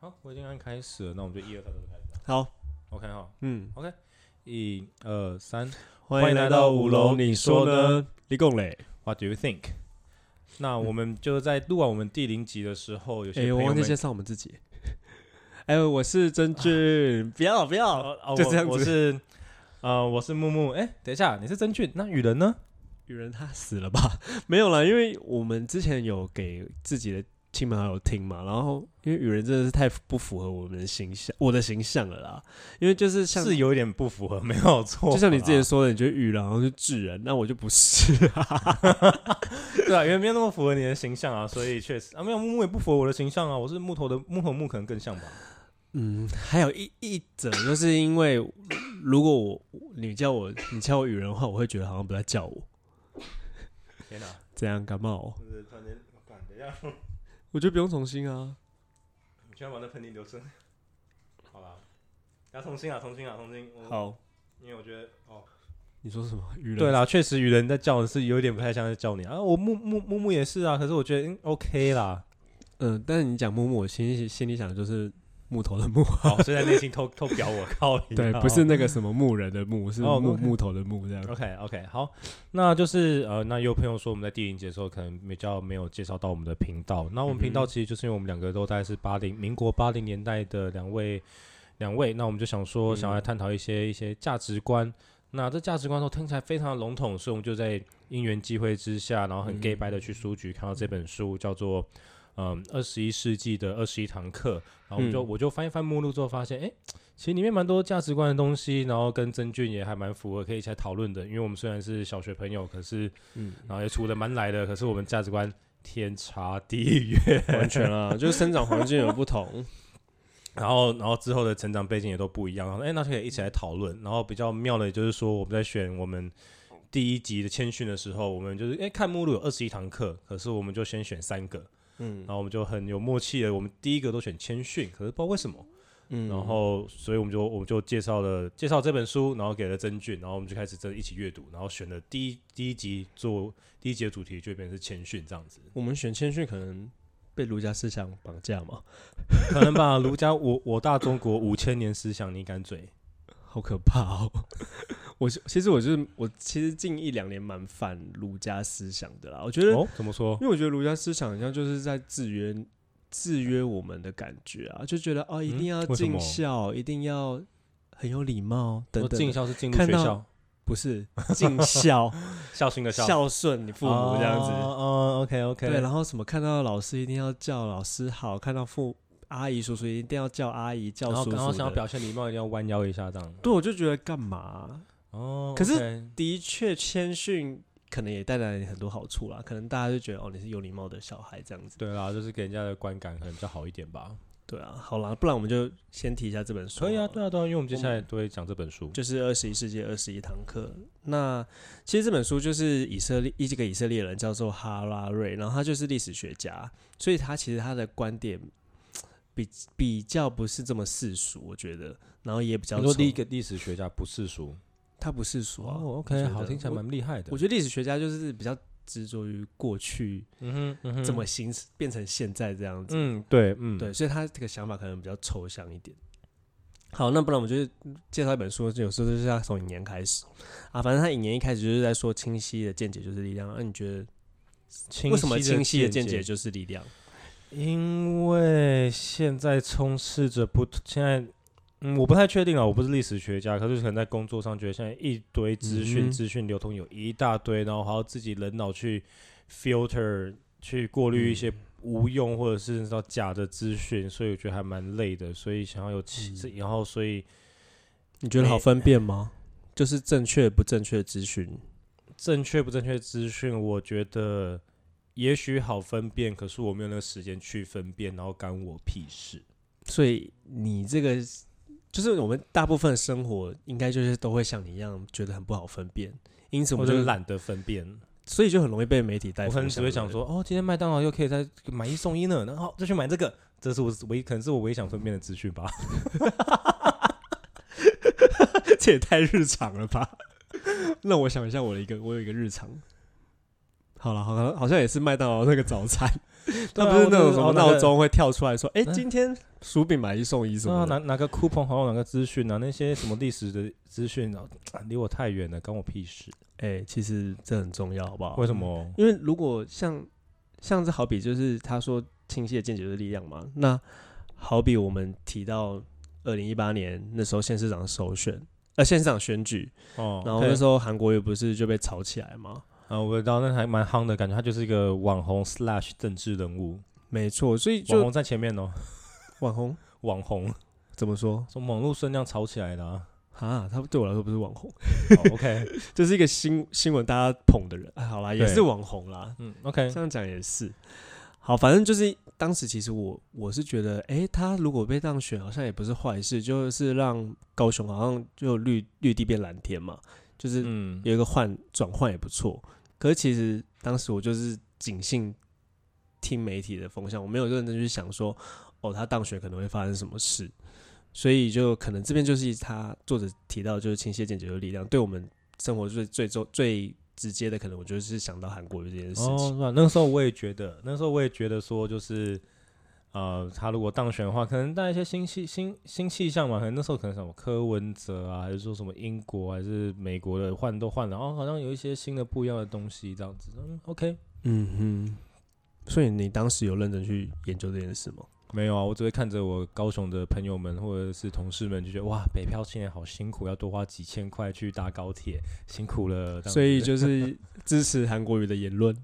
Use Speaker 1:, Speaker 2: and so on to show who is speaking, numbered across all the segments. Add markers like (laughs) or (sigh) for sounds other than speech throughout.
Speaker 1: 好，我已经按开始了，那我们就一二三四开始吧。
Speaker 2: 好，
Speaker 1: OK 哈，
Speaker 2: 嗯，
Speaker 1: 一二三
Speaker 2: 欢迎来到五楼，你说呢？李贡磊，
Speaker 1: ，What do you think？那我们就在录完我们第零集的时候，有些
Speaker 2: 哎我
Speaker 1: 朋友
Speaker 2: 忘记
Speaker 1: 们
Speaker 2: 介绍我们自己。 (laughs) 哎，我是真俊， (laughs) 不要不要，
Speaker 1: 哦哦
Speaker 2: 就
Speaker 1: 我
Speaker 2: 这样
Speaker 1: 我
Speaker 2: 子
Speaker 1: 是呃，我是木木。哎，等一下，你是真俊，那雨人呢？
Speaker 2: 雨人他死了吧？ (laughs) 没有啦，因为我们之前有给自己的亲朋好友听嘛，然后因为雨人真的是太不符合我们的形象，我的形象了啦。因为就是像
Speaker 1: 是有一点不符合，没有错。
Speaker 2: 就像你之前，说的，你觉得雨人好像是智人，那我就不是啊。
Speaker 1: (laughs)
Speaker 2: (laughs)
Speaker 1: 对啊，因为没有那么符合你的形象啊，所以确实啊，没有木木也不符合我的形象啊。我是木头的木头木，可能更像吧。
Speaker 2: 嗯，还有一一则，就是因为如果我你叫我你叫我雨人的话，我会觉得好像不在叫我。
Speaker 1: 天哪，
Speaker 2: 怎样感冒哦？
Speaker 1: 就是突然间，感等一下，
Speaker 2: 我觉得不用重新啊。
Speaker 1: 你居然把那喷嚏留声。好啦，要重新啊，重新啊，重新。我，
Speaker 2: 好，
Speaker 1: 因为我觉得哦，
Speaker 2: 你说 (laughs) 什么？雨人
Speaker 1: 对，啦，确实雨人在叫是有点不太像在叫你啊。我木木木木也是啊，可是我觉得嗯 OK 啦。 (laughs)
Speaker 2: 嗯、但是你讲木木，我心里心里想的就是木头 (laughs) 的木，
Speaker 1: 好，所以在内心偷偷表我靠你。啊
Speaker 2: 对，不是那个什么木人的木，是木、
Speaker 1: 哦，OK
Speaker 2: 木头的哦木这样。
Speaker 1: OK OK，好，那就是呃，那也有朋友说我们在第零节的时候可能比较没有介绍到我们的频道。那我们频
Speaker 2: 嗯
Speaker 1: 道其实就是因为我们两个都大概是八零民国八零年代的两位两位，那我们就想
Speaker 2: 嗯
Speaker 1: 说想要来探讨一些一些价值观。那这价值观都听起来非常的笼统，所以我们就在因缘际会之下，然后
Speaker 2: 嗯
Speaker 1: 很 gay 白的去书局看到这本书，叫做嗯二十一世纪的二十一堂课。然后我们就、
Speaker 2: 嗯
Speaker 1: 我就翻一翻目录之后，发现哎，诶其实里面蛮多价值观的东西，然后跟曾俊也还蛮符合，可以一起来讨论的。因为我们虽然是小学朋友，可是
Speaker 2: 嗯，
Speaker 1: 然后也处的蛮来的，可是我们价值观天差地远。 (laughs)
Speaker 2: 完全啊，就是生长环境有不 (laughs) 同。
Speaker 1: 然后，然后之后的成长背景也都不一样。然后，哎，那就可以一起来讨论。然后比较妙的，也就是说我们在选我们第一集的谦逊的时候，我们就是哎看目录有二十一堂课，可是我们就先选三个，
Speaker 2: 嗯
Speaker 1: 然后我们就很有默契的，我们第一个都选谦逊，可是不知道为什么。
Speaker 2: 嗯
Speaker 1: 然后，所以我们就我们就介绍了介绍这本书，然后给了真俊，然后我们就开始真的一起阅读，然后选了第一第一集做第一集的主题就变成是谦逊这样子，
Speaker 2: 我们选谦逊可能被儒家思想绑架嘛，
Speaker 1: 可能吧。儒家我我大中国五千年思想，你敢嘴？
Speaker 2: 好可怕哦。 (laughs) 我其实我就是我其实近一两年蛮反儒家思想的啦，我觉得
Speaker 1: (laughs) 哦，怎么说？
Speaker 2: 因为我觉得儒家思想好像就是在制约制约我们的感觉啊，就觉得哦，一定要
Speaker 1: 嗯为什么
Speaker 2: 尽孝，一定要很有礼貌等
Speaker 1: 说
Speaker 2: 等的。
Speaker 1: 尽孝是进入
Speaker 2: 看
Speaker 1: 学
Speaker 2: 到
Speaker 1: 校，
Speaker 2: 不是尽
Speaker 1: (laughs)
Speaker 2: 孝，
Speaker 1: 孝心的孝，
Speaker 2: 孝顺你父母这样子。
Speaker 1: 哦哦，OK OK，
Speaker 2: 对，然后什么看到老师一定要叫老师好，看到父阿姨叔叔一定要叫阿姨叫
Speaker 1: 然后
Speaker 2: 叔叔
Speaker 1: 然后想要
Speaker 2: 的
Speaker 1: 表现礼貌，一定要弯腰一下这样。
Speaker 2: 对，我就觉得干嘛、
Speaker 1: 哦，
Speaker 2: 可是
Speaker 1: OK
Speaker 2: 的确，谦逊可能也带来很多好处啦，可能大家就觉得哦，你是有礼貌的小孩这样子。
Speaker 1: 对啦，就是给人家的观感可能比较好一点吧。
Speaker 2: 对啊，好啦，不然我们就先提一下这本书好
Speaker 1: 可
Speaker 2: 了。
Speaker 1: 以啊，对啊，对啊，因为我们接下
Speaker 2: 我
Speaker 1: 来
Speaker 2: 们
Speaker 1: 都会讲这本书。
Speaker 2: 就是《二十一世纪二十一堂课》。那其实这本书就是以色列一这个以色列人叫做哈拉瑞，然后他就是历史学家，所以他其实他的观点比比较不是这么世俗，我觉得，然后也比较
Speaker 1: 你说
Speaker 2: 从
Speaker 1: 第一，个历史学家不世俗，
Speaker 2: 他不世俗啊。
Speaker 1: 哦
Speaker 2: 我
Speaker 1: ，OK，
Speaker 2: 觉得
Speaker 1: 好，听起来蛮厉害的。
Speaker 2: 我觉得历史学家就是比较执着于过去
Speaker 1: 得，嗯哼，嗯哼
Speaker 2: 怎么，形变成现在这样子，
Speaker 1: 嗯，对，嗯，
Speaker 2: 对，所以他这个想法可能比较抽象一点。好，那不然我们就是介绍一本书，有时候就是要从引言开始啊。反正他引言一开始就是在说清晰的见解就是力量。啊那、你觉得
Speaker 1: 清
Speaker 2: 为什么清晰的见
Speaker 1: 见
Speaker 2: 解？就是力量？
Speaker 1: 因为现在充斥着不，现在，嗯，我不太确定啊，我不是历史学家，可是可能在工作上觉得现在一堆资
Speaker 2: 嗯
Speaker 1: 讯，
Speaker 2: 哼
Speaker 1: 资讯流通有一大堆，然后还要自己人脑去 filter 去过滤一些
Speaker 2: 嗯
Speaker 1: 无用或者是你知道假的资讯，所以我觉得还蛮累的。所以想要有清，
Speaker 2: 嗯
Speaker 1: 然后所以。
Speaker 2: 你觉得好分辨吗？就是正确不正确的资讯。
Speaker 1: 正确不正确资讯，我觉得也许好分辨，可是我没有那个时间去分辨，然后干我屁事。
Speaker 2: 所以你这个就是我们大部分生活应该就是都会像你一样觉得很不好分辨，因此我
Speaker 1: 我
Speaker 2: 们
Speaker 1: 就
Speaker 2: 就，
Speaker 1: 懒得分辨，
Speaker 2: 所以就很容易被媒体带
Speaker 1: 我
Speaker 2: 风
Speaker 1: 可能
Speaker 2: 向。
Speaker 1: 只会想
Speaker 2: 对
Speaker 1: 说，哦，今天麦当劳又可以再买一送一呢，然后再去买这个，这是我唯一可能是我唯一想分辨的资讯
Speaker 2: (laughs)
Speaker 1: 吧。
Speaker 2: 不 (laughs) 对，这也太日常了吧？让我想一下我的一个，我有一个日常。好了，好像好像也是麦当劳那个早餐，
Speaker 1: 对
Speaker 2: 它
Speaker 1: 啊
Speaker 2: 不是那种什么
Speaker 1: 我就是哦那个
Speaker 2: 闹钟会跳出来说，哎，
Speaker 1: 嗯
Speaker 2: 今天薯饼买一送一什
Speaker 1: 啊那
Speaker 2: 么
Speaker 1: 哪
Speaker 2: 的。
Speaker 1: 哪个 coupon 好像哪个资讯啊，那些什么历史的资讯啊，离我太远了，关我屁事。啊
Speaker 2: 哎，其实这很重要，好不好？嗯
Speaker 1: 为什？么？
Speaker 2: 因为如果像像这好比就是他说清晰的见解就是力量嘛，那好比我们提到二零一八年那时候县市长首选，呃，县市长选举，
Speaker 1: 哦，
Speaker 2: 然后
Speaker 1: 对
Speaker 2: 那时候韩国瑜不是就被炒起来吗？
Speaker 1: 啊，我知道那还蛮夯的感觉，他就是一个网红 slash 政治人物，
Speaker 2: 没错，所以
Speaker 1: 网
Speaker 2: 就
Speaker 1: 红在前面哦，
Speaker 2: 网红
Speaker 1: 网 (laughs) 红
Speaker 2: 怎么说
Speaker 1: 从网络声量炒起来的、 (laughs) 啊。
Speaker 2: 啊？他对我来说不是网红，
Speaker 1: 哦 OK，
Speaker 2: 就是一个新新闻大家捧的人。哎、好啦，也
Speaker 1: 对
Speaker 2: 是网红啦，
Speaker 1: 嗯，OK， (laughs)
Speaker 2: 这样讲也是。好，反正就是当时其实我我是觉得，哎、他如果被当选，好像也不是坏事，就是让高雄好像就绿绿地变蓝天嘛，就是
Speaker 1: 嗯，
Speaker 2: 有一个换转换也不错。可是其实当时我就是仅信听媒体的风向，我没有认真去想说，哦，他当选可能会发生什么事，所以就可能这边就是他作者提到就是倾斜见解的力量，对我们生活最最最最直接的，可能我就是想到韩国瑜这件事
Speaker 1: 哦，
Speaker 2: 情。
Speaker 1: 是吧？那时候我也觉得，那时候我也觉得说，就是呃，他如果当选的话，可能带一些新气新新气象嘛。可能那时候可能什么柯文哲啊，还是说什么英国啊还是美国的换都换了，哦，好像有一些新的不一样的东西这样子。嗯，OK，
Speaker 2: 嗯哼，所以你当时有认真去研究这件事吗？
Speaker 1: 没有啊，我只会看着我高雄的朋友们或者是同事们，就觉得哇，北漂青年好辛苦，要多花几千块去搭高铁，辛苦了。这样
Speaker 2: 所以
Speaker 1: 子
Speaker 2: 就是支持韩国瑜的言 (laughs) 论。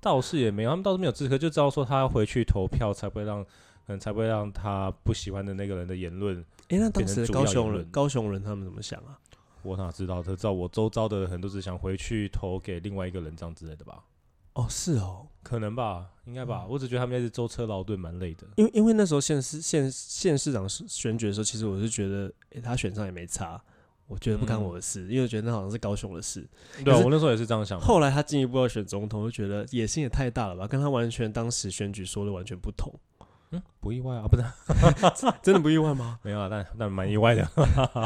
Speaker 1: 倒是也没有，他们倒是没有资格，就知道说他要回去投票才不会让，嗯，才不会让他不喜欢的那个人的言论。
Speaker 2: 哎、那当
Speaker 1: 变成
Speaker 2: 时的
Speaker 1: 主
Speaker 2: 高
Speaker 1: 要
Speaker 2: 雄
Speaker 1: 言
Speaker 2: 人
Speaker 1: 论
Speaker 2: 高雄人他们怎么想啊？
Speaker 1: 我哪知道？他知道我周遭的人都只想回去投给另外一个人这样之类的吧？
Speaker 2: 哦，是哦，
Speaker 1: 可能吧，应该吧。我只觉得他们那是舟车劳顿，蛮累的。
Speaker 2: 因为因为那时候县市县县市长选举的时候，其实我是觉得，诶、他选上也没差，我觉得不干
Speaker 1: 嗯
Speaker 2: 我的事，因为我觉得那好像是高雄的事。
Speaker 1: 对、啊，
Speaker 2: 可是
Speaker 1: 我那时候也是这样想。
Speaker 2: (laughs) 后来他进一步要选总统，我就觉得野心也太大了吧，跟他完全当时选举说的完全不同，
Speaker 1: 嗯，不意外啊，不是
Speaker 2: (laughs) 真的不意外吗？
Speaker 1: 没有啊，但但蛮意外的。
Speaker 2: (laughs)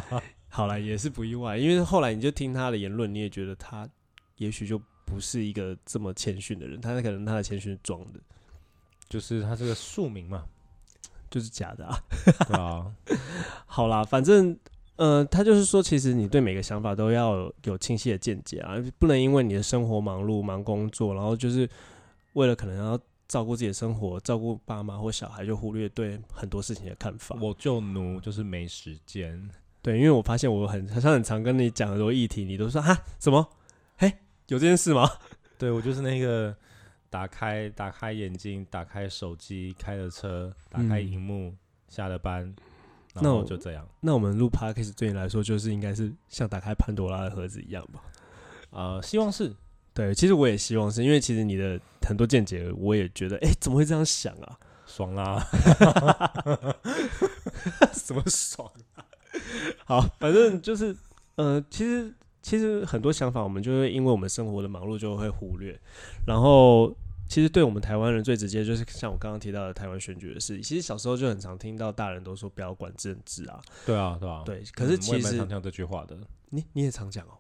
Speaker 2: 好了，也是不意外，因为后来你就听他的言论，你也觉得他也许就不是一个这么谦逊的人，他可能他的谦逊是装的，
Speaker 1: 就是他是个庶民 (laughs) 嘛，
Speaker 2: 就是假的啊。
Speaker 1: 对啊，
Speaker 2: 好啦，反正呃，他就是说，其实你对每个想法都要有有清晰的见解啊，不能因为你的生活忙碌、忙工作，然后就是为了可能要照顾自己的生活、照顾爸妈或小孩，就忽略对很多事情的看法。
Speaker 1: 我就奴就是没时间。
Speaker 2: 对，因为我发现我很好像很常跟你讲很多议题，你都说啊什么？嘿，有这件事吗？ (laughs)
Speaker 1: 对我就是那个打开打开眼睛，打开手机，开了车，打开
Speaker 2: 嗯
Speaker 1: 荧幕，下了班，然
Speaker 2: 那
Speaker 1: 后
Speaker 2: 我
Speaker 1: 就这样。
Speaker 2: 那我们录 podcast 对你来说，就是应该是像打开潘多拉的盒子一样吧？
Speaker 1: 呃，希望是
Speaker 2: 对，其实我也希望是因为其实你的很多见解，我也觉得，哎，怎么会这样想啊？
Speaker 1: 爽啦。 (laughs)
Speaker 2: (laughs) 怎么爽、啊？好，反正就是，呃，其实其实很多想法，我们就会因为我们生活的忙碌就会忽略。然后，其实对我们台湾人最直接就是像我刚刚提到的台湾选举的事情。其实小时候就很常听到大人都说不要管政治啊，
Speaker 1: 对啊，对啊。
Speaker 2: 对。可是
Speaker 1: 嗯我
Speaker 2: 其
Speaker 1: 也蛮
Speaker 2: 实、
Speaker 1: 常讲这句话的。
Speaker 2: 你你也常讲哦，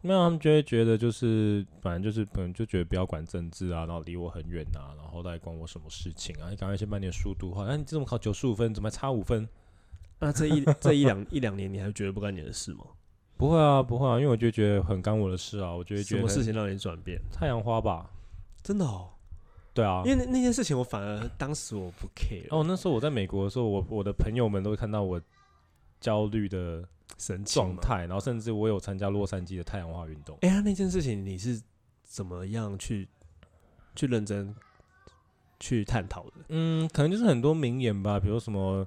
Speaker 1: 没有，他们就会觉得就是，反正就是，可能就觉得不要管政治啊，然后离我很远啊，然后到底关我什么事情啊？你赶快先慢点速度哎哈。那、你这么考九十五分，怎么还差五分？
Speaker 2: 那这 (laughs) 一这一两一两年，你还觉得不干你的事吗？
Speaker 1: 不会啊，不会啊，因为我就觉得很干我的事啊，我就会觉
Speaker 2: 什
Speaker 1: 得
Speaker 2: 么事情让你转变？
Speaker 1: 太阳花吧，
Speaker 2: 真的哦，
Speaker 1: 对啊，
Speaker 2: 因为那那件事情，我反而当时我不 care，
Speaker 1: 哦，那时候我在美国的时候，我我的朋友们都会看到我焦虑的
Speaker 2: 神情
Speaker 1: 状
Speaker 2: 嘛
Speaker 1: 态，然后甚至我有参加洛杉矶的太阳花运动。
Speaker 2: 哎、呀，那件事情你是怎么样去去认真去探讨的？
Speaker 1: 嗯，可能就是很多名言吧，比如什么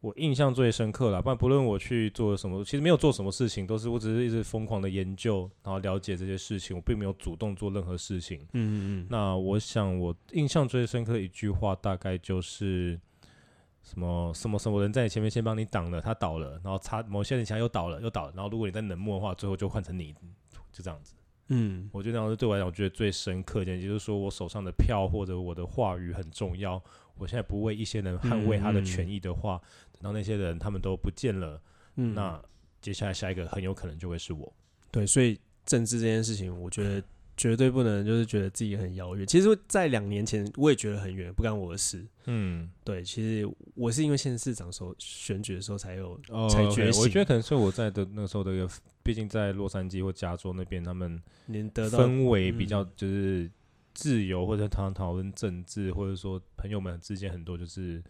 Speaker 1: 我印象最深刻啦，不然不论我去做什么，其实没有做什么事情，都是我只是一直疯狂的研究，然后了解这些事情，我并没有主动做任何事情。
Speaker 2: 嗯嗯
Speaker 1: 那我想我印象最深刻的一句话，大概就是什么什么什么人在你前面先帮你挡了，他倒了，然后擦某些人现在又倒了又倒了，然后如果你再冷漠的话，最后就换成你，就这样子。
Speaker 2: 嗯
Speaker 1: 我觉得那样是对我来讲，我觉得最深刻一点，也就是说我手上的票或者我的话语很重要。我现在不为一些人捍卫他的权益的话，等到那些人他们都不见了，
Speaker 2: 嗯
Speaker 1: 那接下来下一个很有可能就会是我。
Speaker 2: 对，所以政治这件事情，我觉得绝对不能就是觉得自己很遥远。其实，在两年前我也觉得很远，不干我的事。
Speaker 1: 嗯，
Speaker 2: 对，其实我是因为县市长时候选举的时候才有，
Speaker 1: 哦
Speaker 2: 才
Speaker 1: OK，
Speaker 2: 觉醒
Speaker 1: 我觉得可能是我在的那时候的一个，毕竟在洛杉矶或加州那边，他们
Speaker 2: 您得到
Speaker 1: 氛围比
Speaker 2: 嗯
Speaker 1: 较就是自由，或者常常讨论政治，或者说朋友们之间很多就是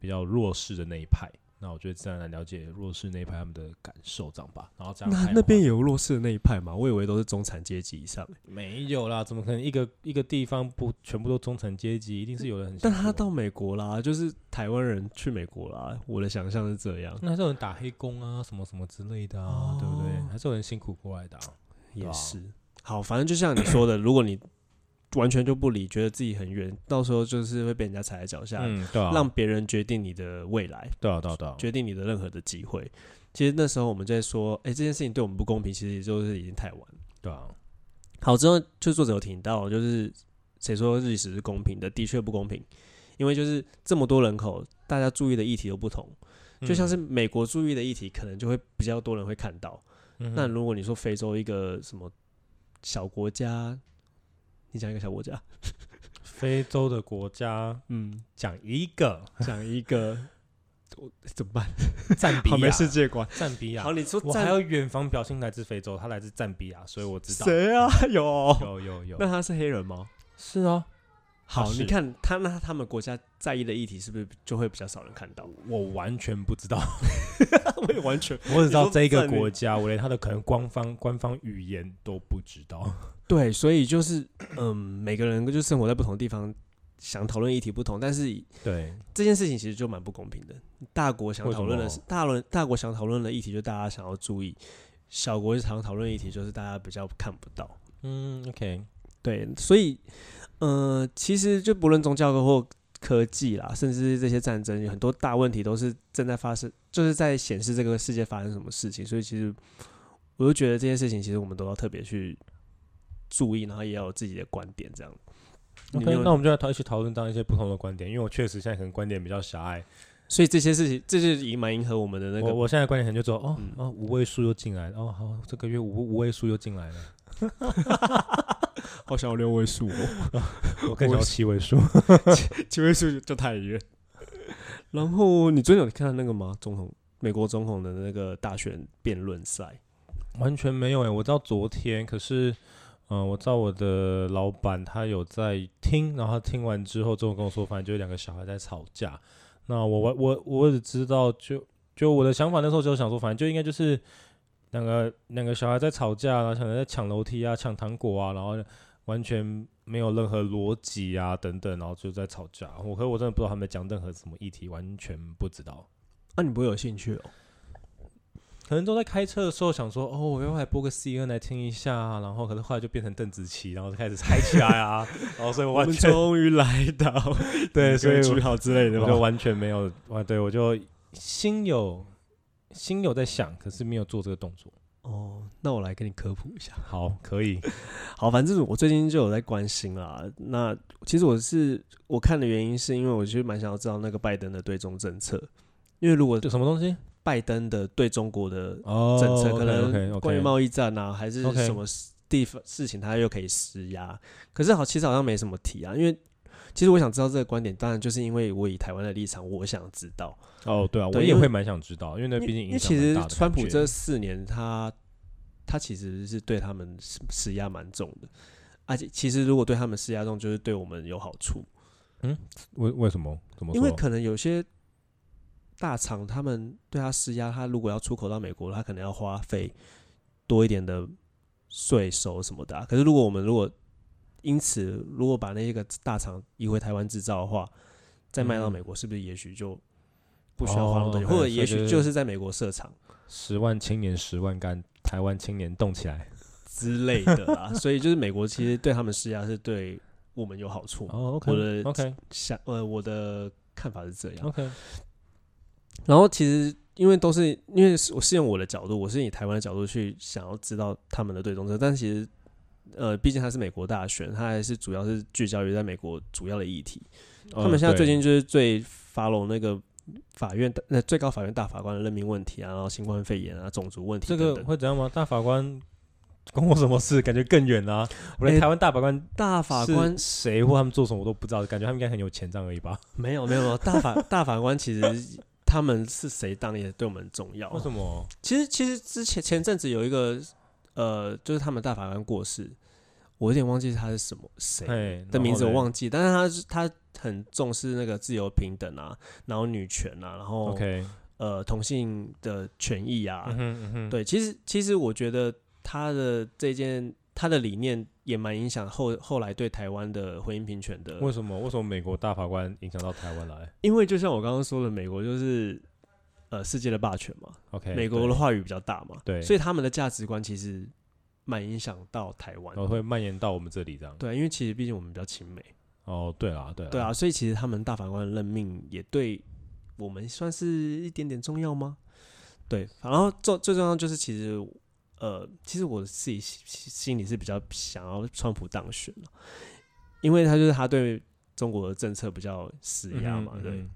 Speaker 1: 比较弱势的那一派。那我觉得自然而然了解弱势那一派他们的感受，这样吧。然后这样
Speaker 2: 那
Speaker 1: 看
Speaker 2: 那
Speaker 1: 的话
Speaker 2: 边有弱势的那一派嘛？我以为都是中产阶级以上，
Speaker 1: 没有啦，怎么可能一个一个地方不全部都中产阶级？一定是有人很。
Speaker 2: 但他到美国啦，就是台湾人去美国啦，我的想象是这样，
Speaker 1: 那还是有人打黑工啊，什么什么之类的啊，对不对
Speaker 2: 哦？
Speaker 1: 还是有人辛苦过来的、啊。对
Speaker 2: 也
Speaker 1: 啊
Speaker 2: 是。好，反正就像你说的，如果你完全就不理，觉得自己很远，到时候就是会被人家踩在脚下，
Speaker 1: 嗯，对啊，
Speaker 2: 让别人决定你的未来，
Speaker 1: 对啊，对啊，对啊，
Speaker 2: 决定你的任何的机会。其实那时候我们在说，哎、这件事情对我们不公平，其实也就是已经太晚了。
Speaker 1: 对啊，
Speaker 2: 好，之后就作者有提到，就是谁说历史是公平的，的确不公平，因为就是这么多人口，大家注意的议题都不同。就像是美国注意的议题，可能就会比较多人会看到。
Speaker 1: 嗯
Speaker 2: 那如果你说非洲一个什么小国家，你讲一个小国家，
Speaker 1: 非洲的国家
Speaker 2: 嗯，
Speaker 1: 讲一
Speaker 2: (laughs)
Speaker 1: 个
Speaker 2: 讲一个，我怎么办？
Speaker 1: 赞比
Speaker 2: 好没
Speaker 1: 亚，
Speaker 2: 世界观。
Speaker 1: 赞比亚
Speaker 2: 好，。你说
Speaker 1: 我还
Speaker 2: 赞
Speaker 1: 有远房表亲来自非洲，他来自赞比亚，所以我知道。
Speaker 2: 谁啊？有，
Speaker 1: 有有有
Speaker 2: 那，他是黑人吗？
Speaker 1: 是啊，
Speaker 2: 好，
Speaker 1: 他是
Speaker 2: 你看他那他们国家在意的议题是不是就会比较少人看到？
Speaker 1: 我完全不知道，
Speaker 2: (laughs) 我也完全
Speaker 1: 我只知道这个
Speaker 2: 赞比
Speaker 1: 国家，我连他的可能官方官方语言都不知
Speaker 2: (laughs)
Speaker 1: 道。
Speaker 2: (laughs) 对，所以就是嗯，每个人就生活在不同地方，想讨论议题不同，但是
Speaker 1: 对，
Speaker 2: 这件事情其实就蛮不公平的。大国想讨论的
Speaker 1: 为
Speaker 2: 是
Speaker 1: 什
Speaker 2: 大轮大国想讨论的议题，就大家想要注意；小国想讨论的议题，就是大家比较看不到。
Speaker 1: 嗯，OK，
Speaker 2: 对，所以呃，其实就不论宗教或科技啦，甚至这些战争，有很多大问题都是正在发生，就是在显示这个世界发生什么事情。所以其实我就觉得这件事情，其实我们都要特别去注意，然后也要有自己的观点，这样。你
Speaker 1: OK，
Speaker 2: 有
Speaker 1: 那我们就来讨一起讨论到一些不同的观点，因为我确实现在可能观点比较狭隘。
Speaker 2: 所以这些事情，这就是也蛮迎合我们的那
Speaker 1: 我
Speaker 2: 个
Speaker 1: 我现在观点可能就说，哦、
Speaker 2: 嗯
Speaker 1: 哦，五位数又进来了，哦好，这个月五五位数又进来了，
Speaker 2: (laughs) 好想要六位数哦，
Speaker 1: 我更想要七位数。
Speaker 2: 七位数就太远。然后你最近有看到那个吗？总统美国总统的那个大选辩论赛，
Speaker 1: 完全没有诶、欸我知道昨天，可是，嗯、我知道我的老板他有在听，然后他听完之后之后跟我说，反正就是两个小孩在吵架。那我我我我只知道就就我的想法，那时候就想说，反正就应该就是两个两个小孩在吵架，然后想在抢楼梯啊、抢糖果啊，然后完全没有任何逻辑啊等等，然后就在吵架。我可是我真的不知道他们在讲任何什么议题，完全不知道。
Speaker 2: 那、你不会有兴趣哦？
Speaker 1: 可能都在开车的时候想说，哦，我要来播个 C N 来听一下啊，然后可是后来就变成邓紫棋，然后就开始嗨起来 (laughs) 啊，然后所以我
Speaker 2: (laughs) 我
Speaker 1: 完
Speaker 2: 们
Speaker 1: 全
Speaker 2: 终于来 (laughs) 到
Speaker 1: 对，所以
Speaker 2: 句号之类的
Speaker 1: 我我就
Speaker 2: 吧。
Speaker 1: 完全没有，哇，对我就心有心有在想，可是没有做这个动作。
Speaker 2: 哦，那我来跟你科普一下。
Speaker 1: 好，可以，
Speaker 2: 好，反正我最近就有在关心啦。那其实我是我看的原因，是因为我其实蛮想要知道那个拜登的对中政策，因为如
Speaker 1: (laughs)
Speaker 2: 果
Speaker 1: 就什么东西
Speaker 2: 拜登的对中国的
Speaker 1: 哦
Speaker 2: 政策，可
Speaker 1: OK
Speaker 2: 能
Speaker 1: OK，
Speaker 2: 关于贸易战啊，还是
Speaker 1: OK
Speaker 2: 什么事地方事情，他又可以施压。可是好，其实好像没什么提啊，因为其实我想知道这个观点，当然就是因为我以台湾的立场，我想知道。
Speaker 1: 哦，对啊，我
Speaker 2: 对
Speaker 1: 也
Speaker 2: 因为
Speaker 1: 会蛮想知道，因为那
Speaker 2: 因为
Speaker 1: 毕竟
Speaker 2: 因
Speaker 1: 影
Speaker 2: 为
Speaker 1: 响
Speaker 2: 其
Speaker 1: 蛮
Speaker 2: 实
Speaker 1: 大的
Speaker 2: 川普
Speaker 1: 感觉
Speaker 2: 这四年他他其实是对他们施施压蛮重的，而且其实如果对他们施压重，就是对我们有好处，
Speaker 1: 为为什么怎么
Speaker 2: 因为
Speaker 1: 说？
Speaker 2: 可能有些大厂他们对他施压，他如果要出口到美国，他可能要花费多一点的税收什么的啊、可是如果我们如果因此如果把那个大厂移回台湾制造的话，再卖到
Speaker 1: 嗯
Speaker 2: 美国，是不是也许就不需要花那么多钱，
Speaker 1: 哦
Speaker 2: 或者
Speaker 1: 所以
Speaker 2: 也
Speaker 1: 就
Speaker 2: 许
Speaker 1: 是
Speaker 2: 就是在美国设厂？
Speaker 1: 十万青年十万干，台湾青年动起来。
Speaker 2: 之类的
Speaker 1: (laughs)
Speaker 2: 啦。所以就是美国其实对他们施压是对我们有好处。
Speaker 1: 哦
Speaker 2: 我的
Speaker 1: ，OK，OK，OK，
Speaker 2: 想呃，我的看法是这样。
Speaker 1: OK，
Speaker 2: 然后其实因为都是因为是我是用我的角度，我是以台湾的角度去想要知道他们的对中策，但其实。呃，毕竟它是美国大选，它还是主要是聚焦于在美国主要的议题。他们现
Speaker 1: 哦
Speaker 2: 在最近就是最 follow 那个法院的那最高法院大法官的任命问题啊，然后新冠肺炎啊、种族问题
Speaker 1: 这
Speaker 2: 等
Speaker 1: 个
Speaker 2: 等
Speaker 1: 会怎样吗？大法官关我什么事？感觉更远
Speaker 2: (laughs)
Speaker 1: 啊！我连
Speaker 2: 哎
Speaker 1: 台湾大法官
Speaker 2: 大法官
Speaker 1: 是谁或他们做什么我都不知道，感觉他们应该很有钱这样而已吧？
Speaker 2: 没有没有没有，大法大法官其实他们是谁当也对我们很重 (laughs) 要。
Speaker 1: 哦为什么？
Speaker 2: 其实其实之前前阵子有一个呃，就是他们大法官过世，我有点忘记他是什么谁
Speaker 1: 哎，
Speaker 2: 的名字，我
Speaker 1: 然后嘞
Speaker 2: 忘记，但是他是他很重视那个自由平等啊，然后女权啊，然后
Speaker 1: OK，
Speaker 2: 呃同性的权益啊，
Speaker 1: 嗯哼嗯哼，
Speaker 2: 对，其实其实我觉得他的这件他的理念也蛮影响后后来对台湾的婚姻平权的，
Speaker 1: 为什么？为什么美国大法官影响到台湾来
Speaker 2: 因为就像我刚刚说的，美国就是呃世界的霸权嘛，
Speaker 1: ？OK，
Speaker 2: 美国的话语比较大嘛，
Speaker 1: 哎对
Speaker 2: 所以他们的价值观其实蛮影响到台湾
Speaker 1: 然。后会蔓延到我们这里这样。
Speaker 2: 对，啊因为其实毕竟我们比较亲美，
Speaker 1: 哦，对啦，对啦，
Speaker 2: 对啊，，所以其实他们大法官的任命也对我们算是一点点重要吗？对，然后最最重要就是其实呃，其实我自己心心里是比较想要川普当选了，因为他就是他对中国的政策比较施压嘛，对。
Speaker 1: 对。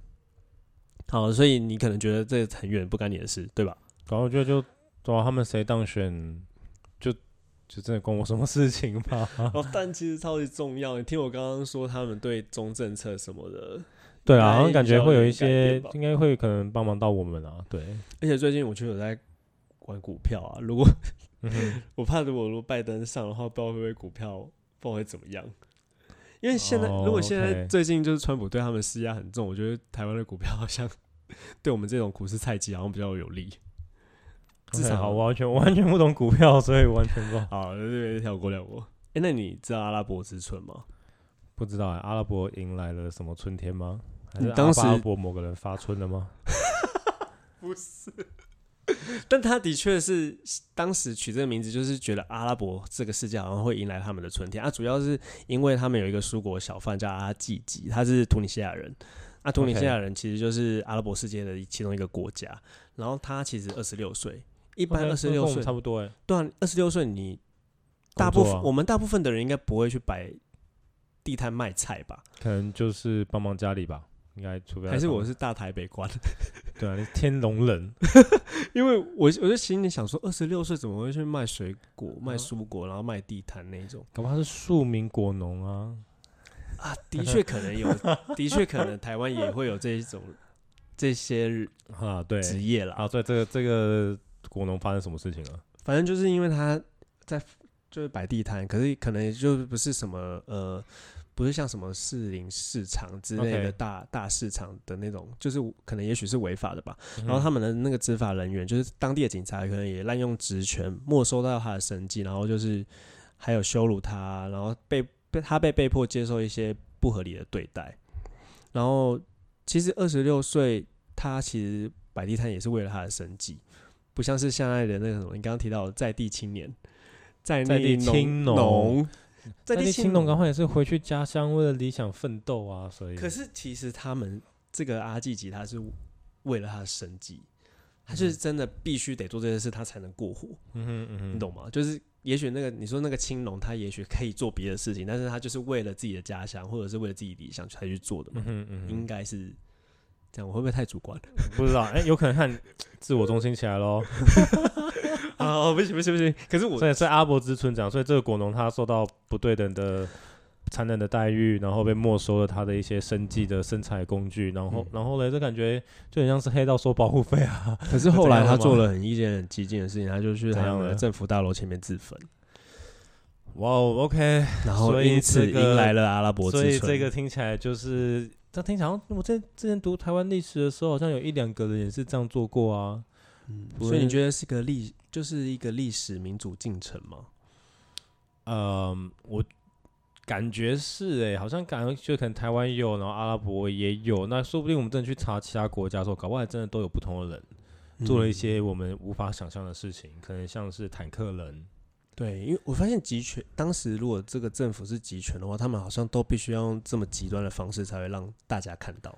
Speaker 2: 好，所以你可能觉得这很远不干你的事，对吧？
Speaker 1: 然后我觉得就，对啊，他们谁当选，就就真的关我什么事情吧？
Speaker 2: (laughs) 哦，但其实超级重要。你听我刚刚说他们对中政策什么的，
Speaker 1: 对啊，好像
Speaker 2: 应该
Speaker 1: 感觉
Speaker 2: 比较
Speaker 1: 会有
Speaker 2: 有
Speaker 1: 一
Speaker 2: 改
Speaker 1: 些
Speaker 2: 变吧，
Speaker 1: 应该会可能帮忙到我们啊。对，
Speaker 2: 而且最近我就有在玩股票啊。如果
Speaker 1: 嗯哼
Speaker 2: (laughs) 我怕如果如果拜登上的话，不知道会不会股票不知道会怎么样。因为现在、
Speaker 1: 哦
Speaker 2: 如果现在
Speaker 1: OK
Speaker 2: 最近就是川普对他们施压很重，我觉得台湾的股票好像 (laughs) 对我们这种股市菜鸡好像比较有利。至
Speaker 1: OK，
Speaker 2: 少
Speaker 1: 好，啊我完全我 (laughs) 完全不懂股票，所以完全不
Speaker 2: 好，那这边跳过跳过。哎、那你知道阿拉伯之春吗？
Speaker 1: (laughs) 不知道、欸。阿拉伯迎来了什么春天吗？还是
Speaker 2: 你嗯当时
Speaker 1: 阿拉伯某个人发春了吗？
Speaker 2: 但他的确是当时取这个名字，就是觉得阿拉伯这个世界好像会迎来他们的春天啊。主要是因为他们有一个蔬果小贩叫阿季吉，他是突尼西亚人。那、突尼西亚人其实就是阿拉伯世界的其中一个国家。然后他其实二十六岁，一
Speaker 1: 一
Speaker 2: 般二十六岁
Speaker 1: 差，不多哎、
Speaker 2: 对啊，二十六岁你
Speaker 1: 工
Speaker 2: 大部
Speaker 1: 作
Speaker 2: 分、
Speaker 1: 啊
Speaker 2: 我们大部分的人应该不会去摆地摊卖菜吧？
Speaker 1: 可能就是帮忙家里吧，应该除非他
Speaker 2: 还是
Speaker 1: 帮
Speaker 2: 我是大台北关？
Speaker 1: 对啊，你是天龙
Speaker 2: (laughs)
Speaker 1: 人，
Speaker 2: 因为我我就心里想说，二十六岁怎么会去卖水果、卖蔬果，然后卖地摊那一种？
Speaker 1: 搞不好他是庶民果农啊。
Speaker 2: (laughs) 啊，的确可能有，的确可能台湾也会有这一 (laughs) 种这些日
Speaker 1: 啊，对
Speaker 2: 职业啦。
Speaker 1: 啊，对，这个这个果农发生什么事情了？
Speaker 2: 反正就是因为他在就是摆地摊，可是可能就不是什么呃，不是像什么士林市场之类
Speaker 1: OK
Speaker 2: 的大大市场的那种，就是可能也许是违法的吧。
Speaker 1: 然
Speaker 2: 然后他们的那个执法人员，就是当地的警察，可能也滥用职权，没收到他的神迹，然后就是还有羞辱他，然后被被他被被迫接受一些不合理的对待。然后其实二十六岁，他其实摆地摊也是为了他的生计，不像是现在的那个什么，你刚刚提到的在地青年，在
Speaker 1: 在地
Speaker 2: 地
Speaker 1: 青农
Speaker 2: 农，在
Speaker 1: 在
Speaker 2: 地
Speaker 1: 地
Speaker 2: 青
Speaker 1: 青
Speaker 2: 农
Speaker 1: 农，刚好也是回去家乡为了理想奋斗啊，所以
Speaker 2: 可是其实他们这个阿季吉，他是为了他的生计，他就是真的必须得做这件事，他才能过活，
Speaker 1: 嗯哼嗯哼，
Speaker 2: 你懂吗？就是也许那个你说那个青龙，他也许可以做别的事情，但是他就是为了自己的家乡或者是为了自己理想才去做的嘛，
Speaker 1: 嗯哼嗯
Speaker 2: 应
Speaker 1: 哼，
Speaker 2: 该是这样。我会不会太主观？ (laughs)
Speaker 1: 不知道哎、有可能看自我中心起来喽。
Speaker 2: 啊、不行不行不行！可是我
Speaker 1: 所以所以阿伯之村长，所以这个果农他受到不对等的残忍的待遇，然后被没收了他的一些生计的生产工具，然后、
Speaker 2: 嗯
Speaker 1: 然后嘞，这感觉就很像是黑道收保护费啊。
Speaker 2: 可是后来
Speaker 1: 这样
Speaker 2: 他
Speaker 1: 吗
Speaker 2: 做了很一件很激进的事情，他就去
Speaker 1: 怎
Speaker 2: 他
Speaker 1: 样呢
Speaker 2: 们的政府大楼前面自焚，
Speaker 1: 哇、哦 o k
Speaker 2: 然后
Speaker 1: 所以
Speaker 2: 因此
Speaker 1: 这个
Speaker 2: 迎来了阿拉伯之
Speaker 1: 所
Speaker 2: 春。
Speaker 1: 以这个听起来就是，他听起来好像我在之前读台湾历史的时候，好像有一两个人也是这样做过啊。
Speaker 2: 嗯，
Speaker 1: 不
Speaker 2: 所以
Speaker 1: 是
Speaker 2: 你觉得是个历，就是一个历史民主进程吗？
Speaker 1: 嗯，我感觉是诶、好像感觉就可能台湾有，然后阿拉伯也有，那说不定我们真的去查其他国家的时候，搞不好还真的都有不同的人。
Speaker 2: 嗯
Speaker 1: 做了一些我们无法想象的事情，可能像是坦克人，
Speaker 2: 对，因为我发现集权，当时如果这个政府是集权的话，他们好像都必须要用这么极端的方式，才会让大家看到，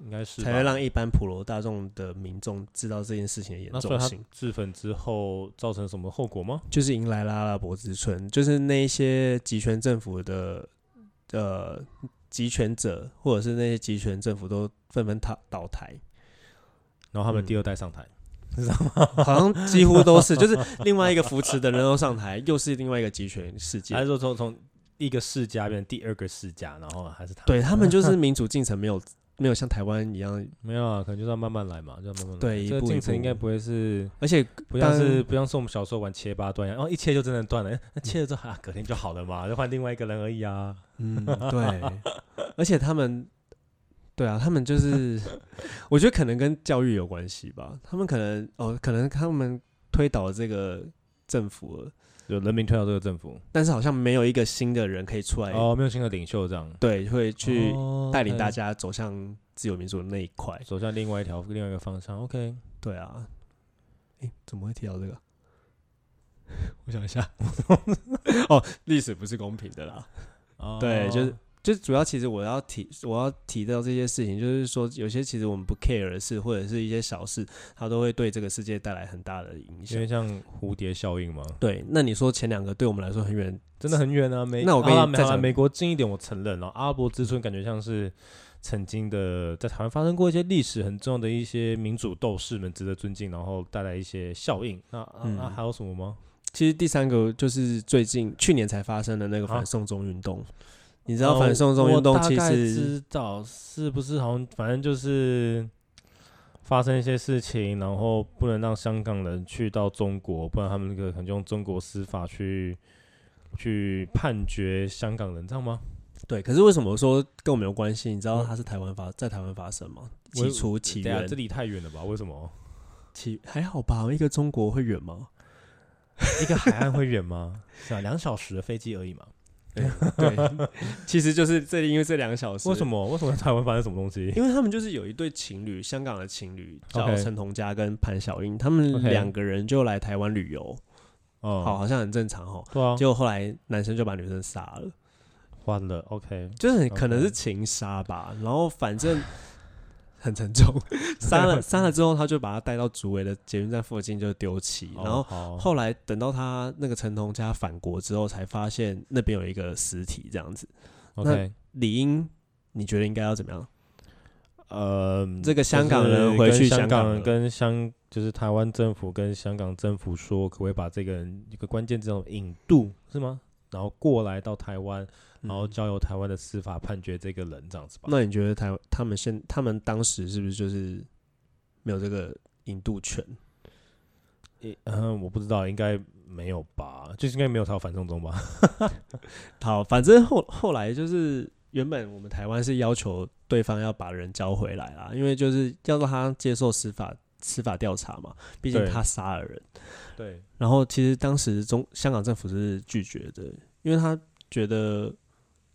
Speaker 1: 应该是吧
Speaker 2: 才会让一般普罗大众的民众知道这件事情的严
Speaker 1: 那所以
Speaker 2: 重
Speaker 1: 他
Speaker 2: 性。
Speaker 1: 自焚之后造成什么后果吗？
Speaker 2: 就是迎来了阿拉伯之春，就是那一些集权政府的呃集权者，或者是那些集权政府都纷纷倒倒台。
Speaker 1: 然后他们
Speaker 2: 嗯
Speaker 1: 第二代上台，你知道吗？ (laughs)
Speaker 2: 好像几乎都是，就是另外一个扶持的人又上台，又是另外一个集权世界
Speaker 1: 还。是说从从一个世家变成第二个世家，然后还是他？
Speaker 2: 对他们就是民主进程没有 (laughs) 没有像台湾一样，
Speaker 1: 没有啊，可能就是要慢慢来嘛，就要慢慢来。
Speaker 2: 对一
Speaker 1: 这个
Speaker 2: 步一
Speaker 1: 进程应
Speaker 2: 步
Speaker 1: 该不会是
Speaker 2: 而且
Speaker 1: 不像
Speaker 2: 但
Speaker 1: 是不像是我们小时候玩切八段一样，然、后一切就真的断了，哎那切了之后啊，隔天就好了嘛，就换另外一个人而已啊。
Speaker 2: 嗯，对， (laughs) 而且他们，对啊，他们就是，我觉得可能跟教育有关系吧。他们可能哦，可能他们推倒了这个政府了，
Speaker 1: 就人民推到这个政府，
Speaker 2: 但是好像没有一个新的人可以出来，
Speaker 1: 哦，没有新的领袖这样
Speaker 2: 对，会去
Speaker 1: 哦
Speaker 2: 带领
Speaker 1: OK
Speaker 2: 大家走向自由民主的那一块。
Speaker 1: 走向另外一条另外一个方向。OK，
Speaker 2: 对啊，诶，怎么会提到这个？我想一下，哦，历史不是公平的啦。
Speaker 1: 哦
Speaker 2: 对，就是就是主要其实我要提我要提到这些事情，就是说有些其实我们不 care 的事，或者是一些小事，它都会对这个世界带来很大的影
Speaker 1: 因
Speaker 2: 响
Speaker 1: 为。像蝴蝶效应嘛，
Speaker 2: 对，那你说前两个对我们来说很远，
Speaker 1: 真的很远啊。美
Speaker 2: 那我跟
Speaker 1: 好啦
Speaker 2: 你
Speaker 1: 美
Speaker 2: 再
Speaker 1: 好啦
Speaker 2: 讲
Speaker 1: 美国近一点，我承认了。阿拉伯之春感觉像是曾经的在台湾发生过一些历史很重要的一些民主斗士们值得尊敬，然后带来一些效应。那啊
Speaker 2: 嗯
Speaker 1: 啊还有什么吗？
Speaker 2: 其实第三个就是最近去年才发生的那个
Speaker 1: 啊
Speaker 2: 反送中运动。你
Speaker 1: 你
Speaker 2: 知道反送中运动其实
Speaker 1: 知道是不是好像反正就是发生一些事情，然后不能让香港人去到中国，不然他们那个可能就用中国司法去去判决香港人，这样吗？
Speaker 2: 对，可是为什么我说跟我没有关系？你知道
Speaker 1: 嗯
Speaker 2: 它是台湾发在台湾发生吗？
Speaker 1: 我
Speaker 2: 起初起
Speaker 1: 对啊，
Speaker 2: 源
Speaker 1: 这离太远了吧？为什么
Speaker 2: 起还好吧？一个中国会远 (laughs) 吗？
Speaker 1: 一个海岸会远吗？ (laughs) 是啊，两小时的飞机而已嘛。
Speaker 2: 对，其实就是这里因为这两个小时，
Speaker 1: 为什么？为什么台湾发生什么东西？
Speaker 2: 因为他们就是有一对情侣，香港的情侣
Speaker 1: OK
Speaker 2: 叫陈同佳跟潘晓英，他们
Speaker 1: OK
Speaker 2: 两个人就来台湾旅游，
Speaker 1: 哦，
Speaker 2: 好，，好像很正常哈。
Speaker 1: 对啊，
Speaker 2: 结果后来男生就把女生杀了，
Speaker 1: 完了，OK，
Speaker 2: 就是很
Speaker 1: OK
Speaker 2: 可能是情杀吧。然后
Speaker 1: (laughs)
Speaker 2: 反正很沉重，杀了杀了之后，他就把他带到竹围的捷运站附近就丢弃，
Speaker 1: 哦
Speaker 2: 然后。
Speaker 1: 后
Speaker 2: 后来等到他那个陈同佳返国之后，才发现那边有一个尸体这样子。
Speaker 1: OK，
Speaker 2: 理应你觉得应该要怎么样？
Speaker 1: 呃，
Speaker 2: 这个香港
Speaker 1: 就是
Speaker 2: 人回
Speaker 1: 跟
Speaker 2: 去
Speaker 1: 香
Speaker 2: 港
Speaker 1: 人
Speaker 2: 了
Speaker 1: 跟香就是台湾政府跟香港政府说，可不可以把这个人一个关键这种引渡是吗？然后过来到台湾，然后
Speaker 2: 嗯
Speaker 1: 交由台湾的司法判决这个人这样子吧。
Speaker 2: 那你觉得台湾他们现他们当时是不是就是没有这个引渡权？
Speaker 1: 诶嗯，我不知道，应该没有吧？就是应该没有逃反送中
Speaker 2: (laughs)
Speaker 1: 吧？
Speaker 2: 好，反正后后来就是原本我们台湾是要求对方要把人交回来啦，因为就是要让他接受司法司法调查嘛，毕竟
Speaker 1: 对
Speaker 2: 他杀了人。
Speaker 1: 对，
Speaker 2: 然后其实当时中香港政府是拒绝的，因为他觉得，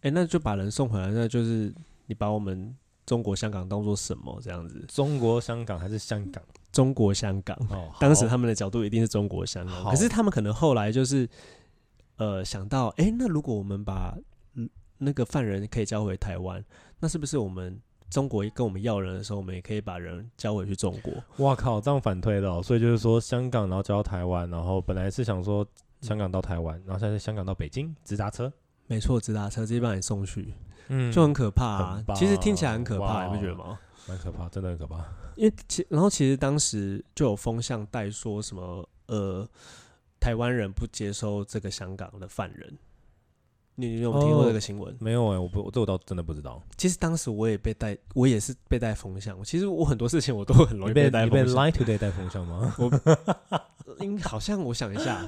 Speaker 2: 哎、那就把人送回来，那就是你把我们中国香港当做什么这样子？
Speaker 1: 中国香港还是香港？
Speaker 2: 中国香港。
Speaker 1: 哦，
Speaker 2: (laughs) 当时
Speaker 1: 好
Speaker 2: 他们的角度一定是中国香港，
Speaker 1: 好
Speaker 2: 可是他们可能后来就是呃想到，哎、那如果我们把嗯那个犯人可以交回台湾，那是不是我们中国跟我们要人的时候，我们也可以把人交回去中国？
Speaker 1: 哇靠，这样反推的、哦，所以就是说香港然后交到台湾，然后本来是想说香港到台湾，然后现在是香港到北京直达车，
Speaker 2: 没错，直达车直接把你送去，
Speaker 1: 嗯
Speaker 2: 就很可怕啊哦
Speaker 1: 很！棒
Speaker 2: 其实听起来很可
Speaker 1: 哇
Speaker 2: 怕，你不觉得吗？
Speaker 1: 蛮可怕，真的很可怕。
Speaker 2: 因为其然后其实当时就有风向带说什么呃，台湾人不接收这个香港的犯人，你你有没有听过这
Speaker 1: 哦
Speaker 2: 个新闻？
Speaker 1: 没有哎、我不，这我倒真的不知道。
Speaker 2: 其实当时我也被带，我也是被带风向。其实我很多事情我都很容
Speaker 1: 你
Speaker 2: 易
Speaker 1: 被
Speaker 2: 带
Speaker 1: 你被
Speaker 2: 风向。
Speaker 1: Line Today 带风向
Speaker 2: (laughs)
Speaker 1: 吗？
Speaker 2: 因好像我想一
Speaker 1: (laughs)
Speaker 2: 下，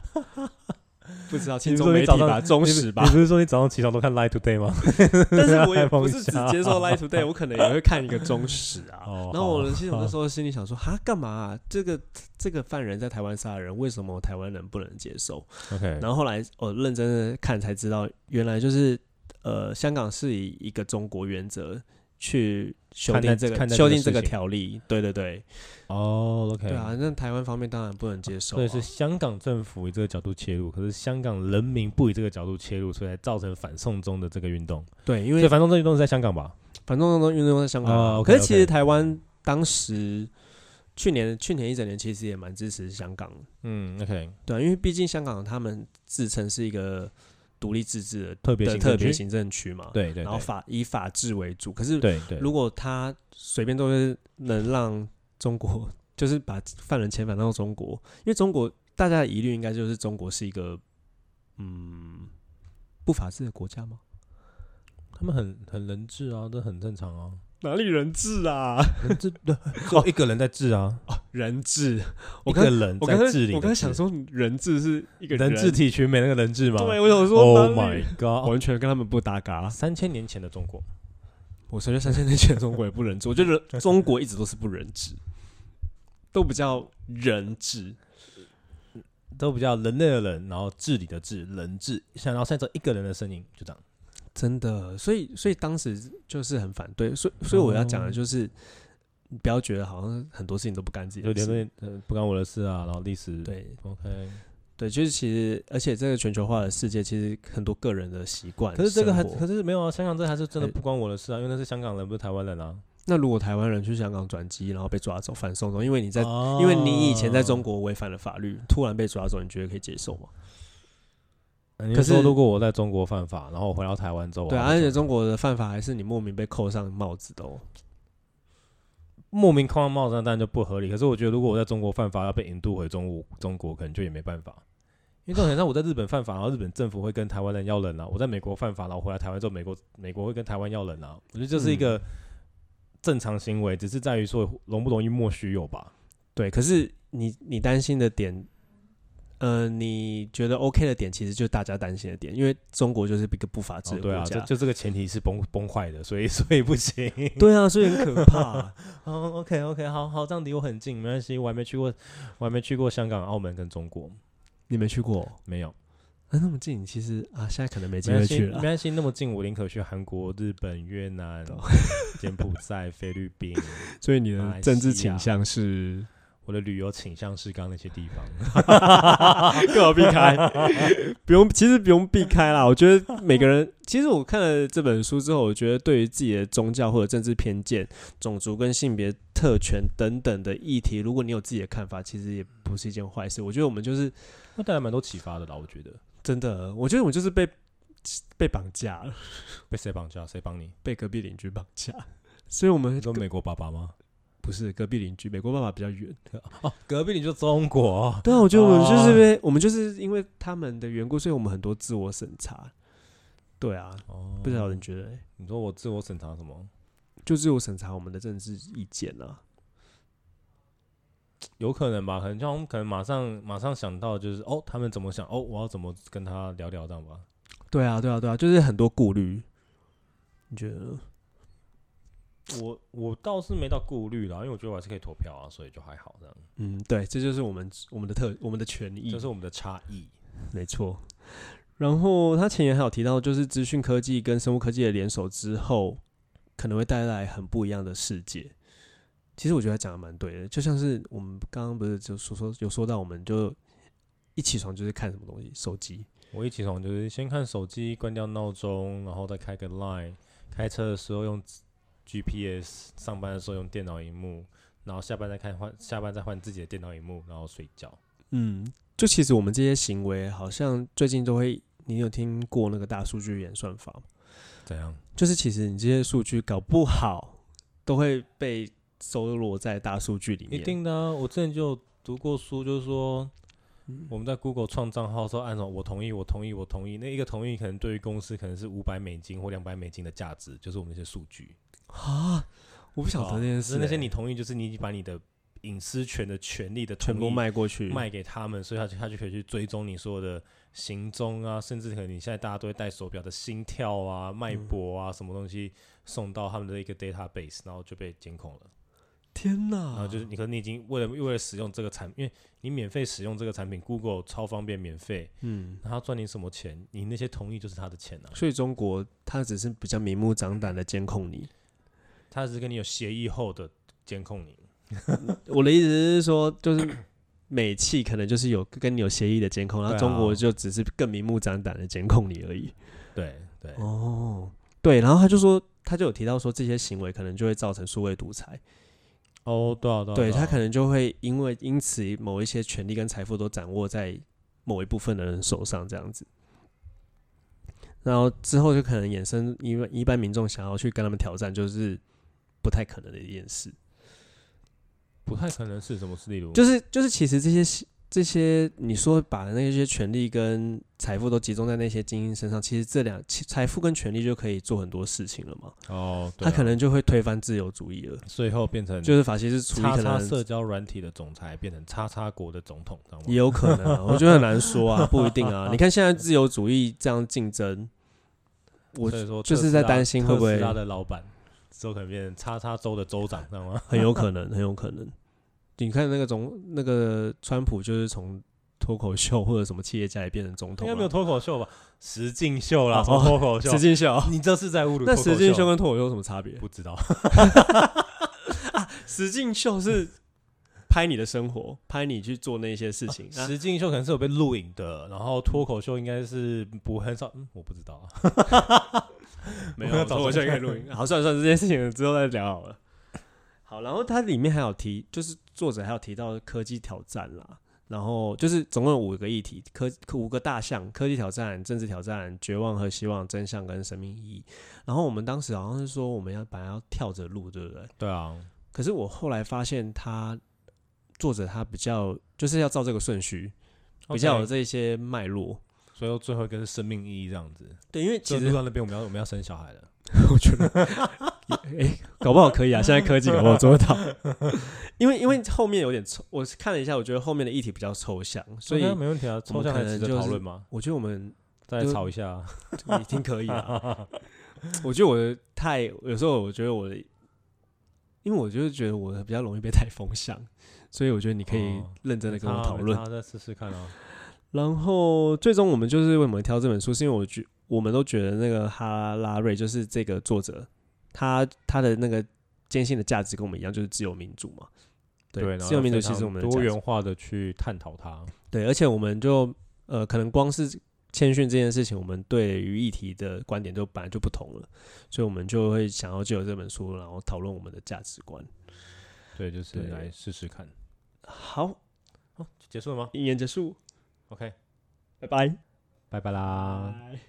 Speaker 2: 不知道
Speaker 1: 你
Speaker 2: 轻
Speaker 1: 不是
Speaker 2: 重
Speaker 1: 说你
Speaker 2: 媒体
Speaker 1: 早上
Speaker 2: 吧，忠实吧
Speaker 1: 你。不是说你早上起床都看 Line Today
Speaker 2: (laughs)
Speaker 1: 吗？
Speaker 2: 但是我
Speaker 1: (laughs)
Speaker 2: 也
Speaker 1: 带风
Speaker 2: 不是只
Speaker 1: 向
Speaker 2: 接受 Live Today，我可能也会看一个忠实啊
Speaker 1: 哦。
Speaker 2: 然后
Speaker 1: 好
Speaker 2: 我其实我那时候心里想说，哈，干嘛啊？这个这个犯人在台湾杀人，为什么台湾人不能接受？
Speaker 1: OK，
Speaker 2: 然后后来我认真的看才知道，原来就是呃，香港是以一个中国原则去修
Speaker 1: 看待
Speaker 2: 订这
Speaker 1: 看待
Speaker 2: 个
Speaker 1: 这
Speaker 2: 修
Speaker 1: 个
Speaker 2: 订
Speaker 1: 事
Speaker 2: 这个
Speaker 1: 情
Speaker 2: 条例。对对对。
Speaker 1: 哦，OK，
Speaker 2: 对啊，那台湾方面当然不能接受、啊。
Speaker 1: 所以是香港政府以这个角度切入，可是香港人民不以这个角度切入，所以才造成反送中的这个运动。
Speaker 2: 对，因
Speaker 1: 所以
Speaker 2: 为
Speaker 1: 反送中运动是在香港吧？
Speaker 2: 反动中运动在香港啊、
Speaker 1: 哦，OK，
Speaker 2: 可是其实
Speaker 1: OK
Speaker 2: 台湾当时去年去年一整年其实也蛮支持香港的，
Speaker 1: 嗯，OK，
Speaker 2: 对啊、因为毕竟香港他们自称是一个独立自治的
Speaker 1: 特别
Speaker 2: 的
Speaker 1: 行
Speaker 2: 特
Speaker 1: 政
Speaker 2: 别
Speaker 1: 区
Speaker 2: 行政区嘛，
Speaker 1: 对对
Speaker 2: 然后
Speaker 1: 对，
Speaker 2: 法以法治为主。可是
Speaker 1: 对对，
Speaker 2: 如果他随便都是能让中国 (laughs) 就是把犯人遣返到中国，因为中国大家的疑虑应该就是中国是一个嗯不法治的国家吗？
Speaker 1: 他们很很人质啊，这很正常啊，
Speaker 2: 哪里 (laughs) 人质啊？
Speaker 1: 人质对，只有一个人在治啊，
Speaker 2: 人质！
Speaker 1: (laughs)
Speaker 2: 我
Speaker 1: 一
Speaker 2: 刚
Speaker 1: 个人
Speaker 2: 我刚才
Speaker 1: 在治理，
Speaker 2: 我刚才想。说人质是一个
Speaker 1: 人质体群美那个人质吗
Speaker 2: 对，我想说
Speaker 1: ？Oh
Speaker 2: 哪里哦
Speaker 1: my god！
Speaker 2: 完全跟他们不搭嘎。
Speaker 1: 三千年前的中国，
Speaker 2: 我觉得三千年前的中国也不人质，我觉得中国一直都是不人质，都不叫人质。
Speaker 1: 都比较人类的人，然后治理的治，人治，想要现在只有一个人的声音，就这样。
Speaker 2: 真的，所以所以当时就是很反对，所以所以我要
Speaker 1: 哦
Speaker 2: 讲的就是，你不要觉得好像很多事情都不干自己
Speaker 1: 有
Speaker 2: 的
Speaker 1: 点
Speaker 2: 事。
Speaker 1: 论呃不干我的事啊，然后历史
Speaker 2: 对
Speaker 1: OK，
Speaker 2: 对，就是其实，而且这个全球化的世界，其实很多个人的习惯。
Speaker 1: 可是这个还
Speaker 2: 生活
Speaker 1: 可是没有啊，香港这还是真的
Speaker 2: 哎
Speaker 1: 不关我的事啊，因为那是香港人，不是台湾人啊。
Speaker 2: 那如果台湾人去香港转机，然后被抓走反送中，因为你在、
Speaker 1: 哦
Speaker 2: 因为你以前在中，国违反了法律，突然被抓走，你觉得可以接受吗？
Speaker 1: 可
Speaker 2: 可
Speaker 1: 哦是说
Speaker 2: 是
Speaker 1: 如果我在中国犯法，然后我回到台湾之后，
Speaker 2: 对啊，
Speaker 1: 我
Speaker 2: 而
Speaker 1: 要
Speaker 2: 且
Speaker 1: 走
Speaker 2: 中国的犯法还是你莫名被扣上帽子的哦。
Speaker 1: 莫名扣上帽子，那当然就不合理。可是我觉得，如果我在中国犯法，要被引渡回中国，中国可能就也没办法。因为这种很像我在日本犯法，然后日本政府会跟台湾人要人啊；我在美国犯法，然后回来台湾之后，美国美国会跟台湾要人啊。我觉得这是一个正常行为，只是在于说容不容易莫须有吧。
Speaker 2: 对，可是你你担心的点，呃，你觉得 OK 的点，其实就是大家担心的点，因为中国就是一个不法治
Speaker 1: 哦
Speaker 2: 的国
Speaker 1: 对啊，
Speaker 2: 家，
Speaker 1: 就就这个前提是崩崩坏的，所以 (laughs) 所以不行。
Speaker 2: 对啊，所以很可怕。 (laughs)
Speaker 1: 哦，OK OK，好好，这样离我很近，没关系。我还没去过，我还没去过香港、澳门跟中国，
Speaker 2: 你没去过，
Speaker 1: 没有。
Speaker 2: 啊、那么近，其实啊，现在可能没机
Speaker 1: 没关
Speaker 2: 会
Speaker 1: 系，
Speaker 2: 去
Speaker 1: 没
Speaker 2: 了。
Speaker 1: 关系，那么近，我宁可去韩国、日本、越南、 (laughs) 柬埔寨、菲律宾。
Speaker 2: 所以你
Speaker 1: 马来
Speaker 2: 的政治
Speaker 1: 西亚
Speaker 2: 倾向是
Speaker 1: 我的旅游倾向是刚刚那些地方。
Speaker 2: (laughs) 更好避开，不用，其实不用避开啦。我觉得每个人，其实我看了这本书之后，我觉得对于自己的宗教或者政治偏见、种族跟性别特权等等的议题，如果你有自己的看法，其实也不是一件坏事。我觉得我们就是
Speaker 1: 那带来蛮多启发的啦，我觉得。
Speaker 2: 真的，我觉得我们就是被被绑架了，
Speaker 1: 被谁绑架？谁帮你？
Speaker 2: 被隔壁邻居绑架，所以我们
Speaker 1: 你说美国爸爸吗？
Speaker 2: 不是隔壁邻居，美国爸爸比较远。
Speaker 1: 哦，隔壁你就中国。
Speaker 2: 对啊，我觉得我们就是
Speaker 1: 哦
Speaker 2: 被、我们就是因为他们的缘故，所以我们很多自我审查。对啊，
Speaker 1: 哦，
Speaker 2: 不知道你觉得、欸？
Speaker 1: 你说我自我审查什么？
Speaker 2: 就是有审查我们的政治意见啊。
Speaker 1: 有可能吧，可能就我们可能马上马上想到就是哦，他们怎么想？哦，我要怎么跟他聊聊这样吧？
Speaker 2: 对啊，对啊，对啊，就是很多顾虑。你觉得呢？
Speaker 1: 我我倒是没到顾虑啦，因为我觉得我还是可以投票啊，所以就还好这样。
Speaker 2: 嗯，对，这就是我们我们的特我们的权益，
Speaker 1: 这是我们的差异。
Speaker 2: 没错。然后他前言还有提到，就是资讯科技跟生物科技的联手之后，可能会带来很不一样的世界。其实我觉得他讲的蛮对的，就像是我们刚刚不是就说说有说到，我们就一起床就是看什么东西，手机。
Speaker 1: 我一起床就是先看手机，关掉闹钟，然后再开个 Line。开车的时候用 GPS，上班的时候用电脑荧幕，然后下班再看换，下班再换自己的电脑荧幕，然后睡觉。
Speaker 2: 嗯，就其实我们这些行为，好像最近都会，你有听过那个大数据演算法吗？
Speaker 1: 怎样？
Speaker 2: 就是其实你这些数据搞不好都会被收录在大数据里面。
Speaker 1: 一定的啊、我之前就有读过书，就是说
Speaker 2: 嗯，
Speaker 1: 我们在 Google 创账号的时候，按照我同意，我同意，我同意，那一个同意可能对于公司可能是五百美金或两百美金的价值，就是我们那些数据。
Speaker 2: 啊，我不晓得这件事、
Speaker 1: 是哦那些
Speaker 2: 欸
Speaker 1: 你同意，就是你已经把你的隐私权的权利的
Speaker 2: 全
Speaker 1: 同
Speaker 2: 部
Speaker 1: 意
Speaker 2: 卖过去，
Speaker 1: 卖给他们，所以他就他就可以去追踪你所有的行踪啊，甚至可能你现在大家都会戴手表的心跳啊、脉搏啊，什么东西送到他们的一个 database，然后就被监控了。
Speaker 2: 天哪！
Speaker 1: 然后啊就是你可能你已经为了为了使用这个产，因为你免费使用这个产品，Google 超方便免费，
Speaker 2: 嗯，
Speaker 1: 那他赚你什么钱？你那些同意就是他的钱啊，
Speaker 2: 所以中国它只是比较明目张胆的监控你。
Speaker 1: 他只是跟你有协议后的监控你。
Speaker 2: 我的意思是说，就是美企可能就是有跟你有协议的监控，然后
Speaker 1: 对啊
Speaker 2: 中国就只是更明目张胆的监控你而已。
Speaker 1: 对对，
Speaker 2: 哦，对，然后他就说，他就有提到说，这些行为可能就会造成数位独裁，
Speaker 1: 哦，对啊，对啊，
Speaker 2: 对他可
Speaker 1: 能
Speaker 2: 能就会因为因此某一些权利跟财富都掌握在某一部分的人手上，这样子。然后之后就可能衍生一般
Speaker 1: 嗯
Speaker 2: 一般民众想要去跟他们挑战，就是不太可能的一件事。
Speaker 1: 不太可能是什么事例如，
Speaker 2: 就是就是，其实这些这些你说把那些权利跟财富都集中在那些精英身上，其实这两其财富跟权力就可以做很多事情了嘛。
Speaker 1: 哦，对
Speaker 2: 他
Speaker 1: 啊嗯
Speaker 2: 可能就会推翻自由主义了，
Speaker 1: 最后变成
Speaker 2: 就是法西斯主义
Speaker 1: 叉
Speaker 2: 可
Speaker 1: 叉
Speaker 2: 能
Speaker 1: 社交软体的总裁变成叉叉国的总统，知道吗？
Speaker 2: 也有可
Speaker 1: (laughs)
Speaker 2: 能、啊，我觉得很难说啊，不一定啊。你看现在自由主义这样竞争，我
Speaker 1: 所以说
Speaker 2: 就
Speaker 1: 特
Speaker 2: 是
Speaker 1: 斯
Speaker 2: 在
Speaker 1: 拉
Speaker 2: 担心会不
Speaker 1: 特
Speaker 2: 会
Speaker 1: 斯拉的老板之后可能变成叉叉州的州长，知道吗？
Speaker 2: 很有可能，很有可能。你看那个总那个川普，就是从脱口秀 (laughs) 或者什么企业家也变成总
Speaker 1: 应
Speaker 2: 统
Speaker 1: 该没有
Speaker 2: 了。
Speaker 1: 脱口秀吧？实境秀啦，
Speaker 2: 哦
Speaker 1: 什么脱口秀？
Speaker 2: 石进秀，
Speaker 1: 你这是在侮辱脱
Speaker 2: 那
Speaker 1: 口
Speaker 2: 石进秀跟脱啊口秀有什么差别？
Speaker 1: 不知
Speaker 2: (laughs)
Speaker 1: 道，
Speaker 2: 石进秀是 (laughs) 拍你的生活，拍你去做那些事
Speaker 1: (laughs)
Speaker 2: 情。啊
Speaker 1: 实境秀可能是有被录影的，然后脱口秀应该是不很少，嗯，我不知道啊。
Speaker 2: 没
Speaker 1: 我
Speaker 2: 有，
Speaker 1: 要找
Speaker 2: 脱口秀
Speaker 1: 出
Speaker 2: 也可以录音。 (laughs) 好，算了算了，这件事情之后再聊好了。好，然后它里面还有提，就是作者还有提到科技挑战啦，然后就是总共有五个议题，科科五个大项：科技挑战、政治挑战、绝望和希望、真相跟生命意义。然后我们当时好像是说我们要本来要跳着录，对不对？
Speaker 1: 对啊，
Speaker 2: 可是我后来发现他作者他比较就是要照这个顺序，比较有
Speaker 1: OK，
Speaker 2: 这些脉络。
Speaker 1: 所以最后一个是生命意义这样子。
Speaker 2: 对，因为
Speaker 1: 其
Speaker 2: 其
Speaker 1: 实
Speaker 2: 实
Speaker 1: 到那边我们要我们要生小孩了，
Speaker 2: 我觉 (laughs) 得，哎、搞不好可以啊！现在科技搞不好做得到， (laughs) 因为因为后面有点抽，我看了一下，我觉得后面的议题比较抽象，所以
Speaker 1: OK，没问题啊，抽象还值得讨论吗？
Speaker 2: 我觉得我 (laughs) 们
Speaker 1: 再来吵一下啊，
Speaker 2: 也挺可以啊。我觉得我的太有时候，我觉得我的，因为我就是觉得我比较容易被带风向，所以我觉得你可以
Speaker 1: 哦
Speaker 2: 认 (laughs) 真的跟我讨论。
Speaker 1: 他再试试看啊。
Speaker 2: 然后最终我们就是为什么挑这本书，是因为我觉我们都觉得那个哈拉瑞就是这个作者，他他的那个坚信的价值跟我们一样，就是自由民主嘛。
Speaker 1: 对，然后
Speaker 2: 自由民主
Speaker 1: 非
Speaker 2: 其实
Speaker 1: 常
Speaker 2: 我们的价
Speaker 1: 多
Speaker 2: 值
Speaker 1: 元化的去探讨它。
Speaker 2: 对，而且我们就呃，可能光是谦逊这件事情，我们对于议题的观点就本来就不同了，所以我们就会想要借由这本书，然后讨论我们的价值观。
Speaker 1: 对，就是
Speaker 2: 对
Speaker 1: 来试试看。
Speaker 2: 好，
Speaker 1: 结束了吗
Speaker 2: 一言结束，
Speaker 1: ？OK，
Speaker 2: 拜拜。
Speaker 1: 拜拜啦。
Speaker 2: 拜